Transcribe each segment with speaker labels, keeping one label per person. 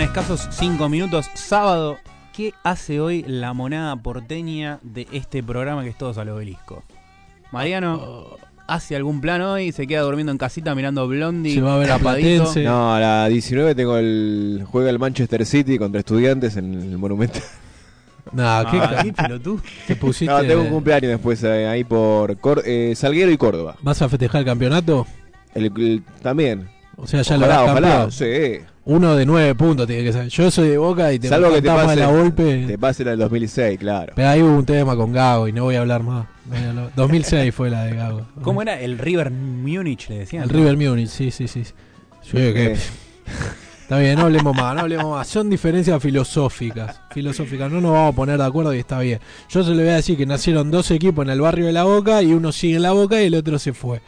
Speaker 1: escasos 5 minutos, sábado. ¿Qué hace hoy la monada porteña de este programa que es Todos al Obelisco?
Speaker 2: Oh.
Speaker 1: Mariano hace algún plan hoy, se queda durmiendo en casita mirando Blondie.
Speaker 2: Se va a ver a
Speaker 1: tapadito.
Speaker 2: Platense.
Speaker 3: No, a la 19 tengo el. Juega el Manchester City contra Estudiantes en el Monumental.
Speaker 2: Nah, qué
Speaker 1: Ah,
Speaker 2: ca-
Speaker 1: qué pelotudo.
Speaker 2: te pusiste.
Speaker 3: No, tengo un cumpleaños después eh, ahí por Cor- eh, Salguero y Córdoba.
Speaker 2: ¿Vas a festejar el campeonato?
Speaker 3: El, el- también.
Speaker 2: O sea, ya
Speaker 3: Ojalá,
Speaker 2: lo harás
Speaker 3: ojalá.
Speaker 2: campeón.
Speaker 3: Sí.
Speaker 2: Uno de nueve puntos tiene que ser. Yo soy de Boca y te
Speaker 3: Salvo que te
Speaker 2: cantamos
Speaker 3: pase,
Speaker 2: de la golpe.
Speaker 3: te pase la del 2006, claro.
Speaker 2: Pero ahí hubo un tema con Gago y no voy a hablar más. Mira, lo- 2006 fue la de Gago.
Speaker 1: ¿Cómo era? El River Múnich, le decían.
Speaker 2: El River Munich, sí, sí, sí. Sí, que-
Speaker 3: Eh.
Speaker 2: Está bien, no hablemos más, no hablemos más. Son diferencias filosóficas. Filosóficas, no nos vamos a poner de acuerdo y está bien. Yo se le voy a decir que nacieron dos equipos en el barrio de La Boca y uno sigue en La Boca y el otro se fue.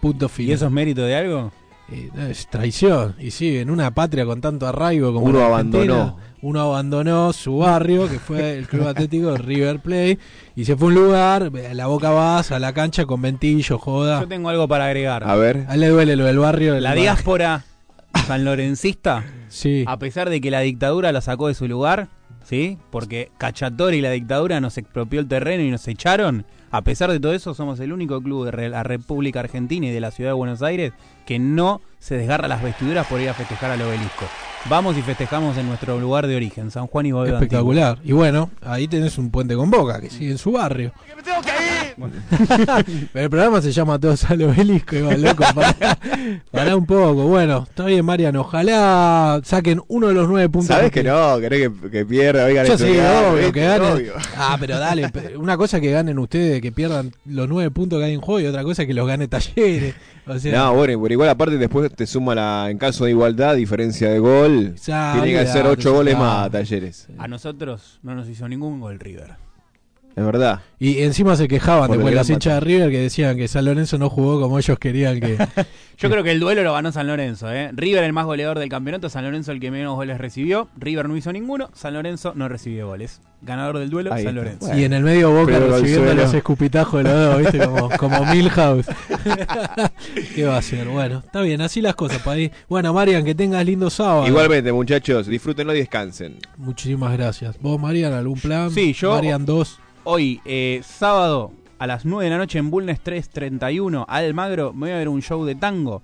Speaker 2: Punto
Speaker 1: ¿Y
Speaker 2: final.
Speaker 1: eso es mérito de algo?
Speaker 2: Eh, no, es traición. Y sí, en una patria con tanto arraigo como
Speaker 3: Uno
Speaker 2: la Argentina,
Speaker 3: abandonó.
Speaker 2: Uno abandonó su barrio, que fue el club atlético River Plate, y se fue a un lugar, eh, a la boca vas, a la cancha con ventillo, joda.
Speaker 1: Yo tengo algo para agregar.
Speaker 3: A ver.
Speaker 2: Ah. A él le duele lo del barrio. del
Speaker 1: La
Speaker 2: bar-
Speaker 1: diáspora sanlorencista,
Speaker 2: Sí.
Speaker 1: a pesar de que la dictadura la sacó de su lugar, ¿sí? Porque Cachatori y la dictadura nos expropió el terreno y nos echaron. A pesar de todo eso, somos el único club de re- la República Argentina y de la Ciudad de Buenos Aires que no se desgarra las vestiduras por ir a festejar al obelisco. Vamos y festejamos en nuestro lugar de origen, San Juan y Boedo Antiguo.
Speaker 2: Espectacular. Y bueno, ahí tenés un puente con boca que sigue en su barrio. Pero el programa se llama Todos al obelisco, Iván, loco. Pará, pará un poco. Bueno, está bien, Mariano. Ojalá saquen uno de los nueve puntos.
Speaker 3: Sabes que no, querés que, que pierda, oigan
Speaker 2: Yo
Speaker 3: esto,
Speaker 2: sí,
Speaker 3: claro,
Speaker 2: obvio,
Speaker 3: esto,
Speaker 2: que ganen.
Speaker 3: obvio.
Speaker 2: Ah, pero dale. pe- Una cosa es que ganen ustedes, que pierdan los nueve puntos que hay en juego, y otra cosa es que los gane Talleres. O sea,
Speaker 3: No, bueno, pero igual aparte después te suma la, en caso de igualdad, diferencia de gol.
Speaker 2: Ya,
Speaker 3: tiene que
Speaker 2: olvidate,
Speaker 3: hacer 8
Speaker 2: ya.
Speaker 3: goles más talleres.
Speaker 1: A nosotros no nos hizo ningún gol River.
Speaker 3: Es verdad.
Speaker 2: Y encima se quejaban
Speaker 3: Por el
Speaker 2: después
Speaker 3: gran
Speaker 2: las hinchas de River que decían que San Lorenzo no jugó como ellos querían que.
Speaker 1: Yo creo que el duelo lo ganó San Lorenzo, ¿eh? River el más goleador del campeonato, San Lorenzo el que menos goles recibió, River no hizo ninguno, San Lorenzo no recibió goles. Ganador del duelo,
Speaker 3: Ahí
Speaker 1: San
Speaker 3: está.
Speaker 1: Lorenzo.
Speaker 2: Y en el medio Boca
Speaker 3: Pedro
Speaker 2: recibiendo
Speaker 3: Balzuela.
Speaker 2: los escupitajos de los dos, ¿viste? Como, como Milhouse. ¿Qué va a ser? Bueno, está bien, así las cosas, Padí. Bueno, Marian, que tengas lindo sábado.
Speaker 3: Igualmente, muchachos, disfrútenlo y descansen.
Speaker 2: Muchísimas gracias. ¿Vos, Marian, algún plan?
Speaker 1: Sí, yo-
Speaker 2: Marian 2.
Speaker 1: Hoy, eh, sábado, a las 9 de la noche en Bulnes 331, Almagro, me voy a ver un show de tango.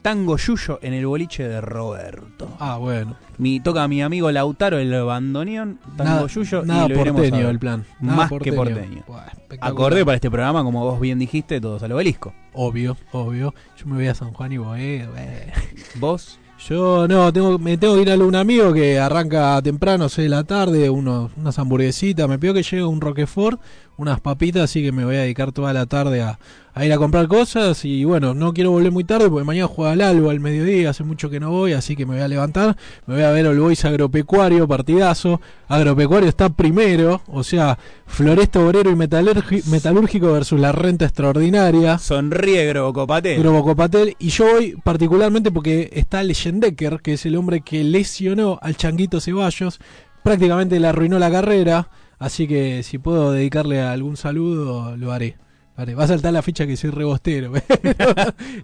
Speaker 1: Tango Yuyo en el boliche de Roberto.
Speaker 2: Ah, bueno.
Speaker 1: Mi, toca a mi amigo Lautaro el bandoneón, Tango
Speaker 2: nada
Speaker 1: Yuyo,
Speaker 2: nada
Speaker 1: y lo iremos a
Speaker 2: porteño
Speaker 1: ver.
Speaker 2: el plan. Nada
Speaker 1: Más que porteño.
Speaker 2: Buah, espectacular.
Speaker 1: Acordé para este programa, como vos bien dijiste, todos al obelisco.
Speaker 2: Obvio, obvio. Yo me voy a San Juan y Boedo. eh.
Speaker 1: Vos,
Speaker 2: Yo no, tengo, me tengo que ir a un amigo que arranca temprano, 6 de la tarde, unos, unas hamburguesitas. Me pidió que llegue un Roquefort, unas papitas, así que me voy a dedicar toda la tarde a, a ir a comprar cosas. Y bueno, no quiero volver muy tarde porque mañana juega el Alba al mediodía, hace mucho que no voy, así que me voy a levantar. Me voy a ver al Boys Agropecuario, partidazo. Agropecuario está primero, o sea, Floresta Obrero y metalurgi- Metalúrgico versus la Renta Extraordinaria.
Speaker 1: sonríe, Grobo Copate.
Speaker 2: Grobo Copatel. Y yo voy particularmente porque está Leyendecker, que es el hombre que lesionó al Changuito Ceballos. Prácticamente le arruinó la carrera. Así que si puedo dedicarle algún saludo, lo haré. Lo haré. Va a saltar la ficha que soy rebostero. pero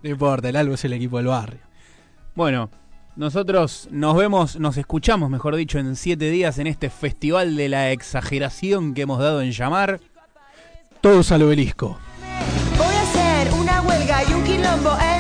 Speaker 2: no importa, el Albo es el equipo del barrio.
Speaker 1: Bueno, nosotros nos vemos, nos escuchamos, mejor dicho, en siete días en este festival de la exageración que hemos dado en llamar.
Speaker 2: Todos al obelisco.
Speaker 4: Voy a hacer una huelga y un quilombo, eh. Oh,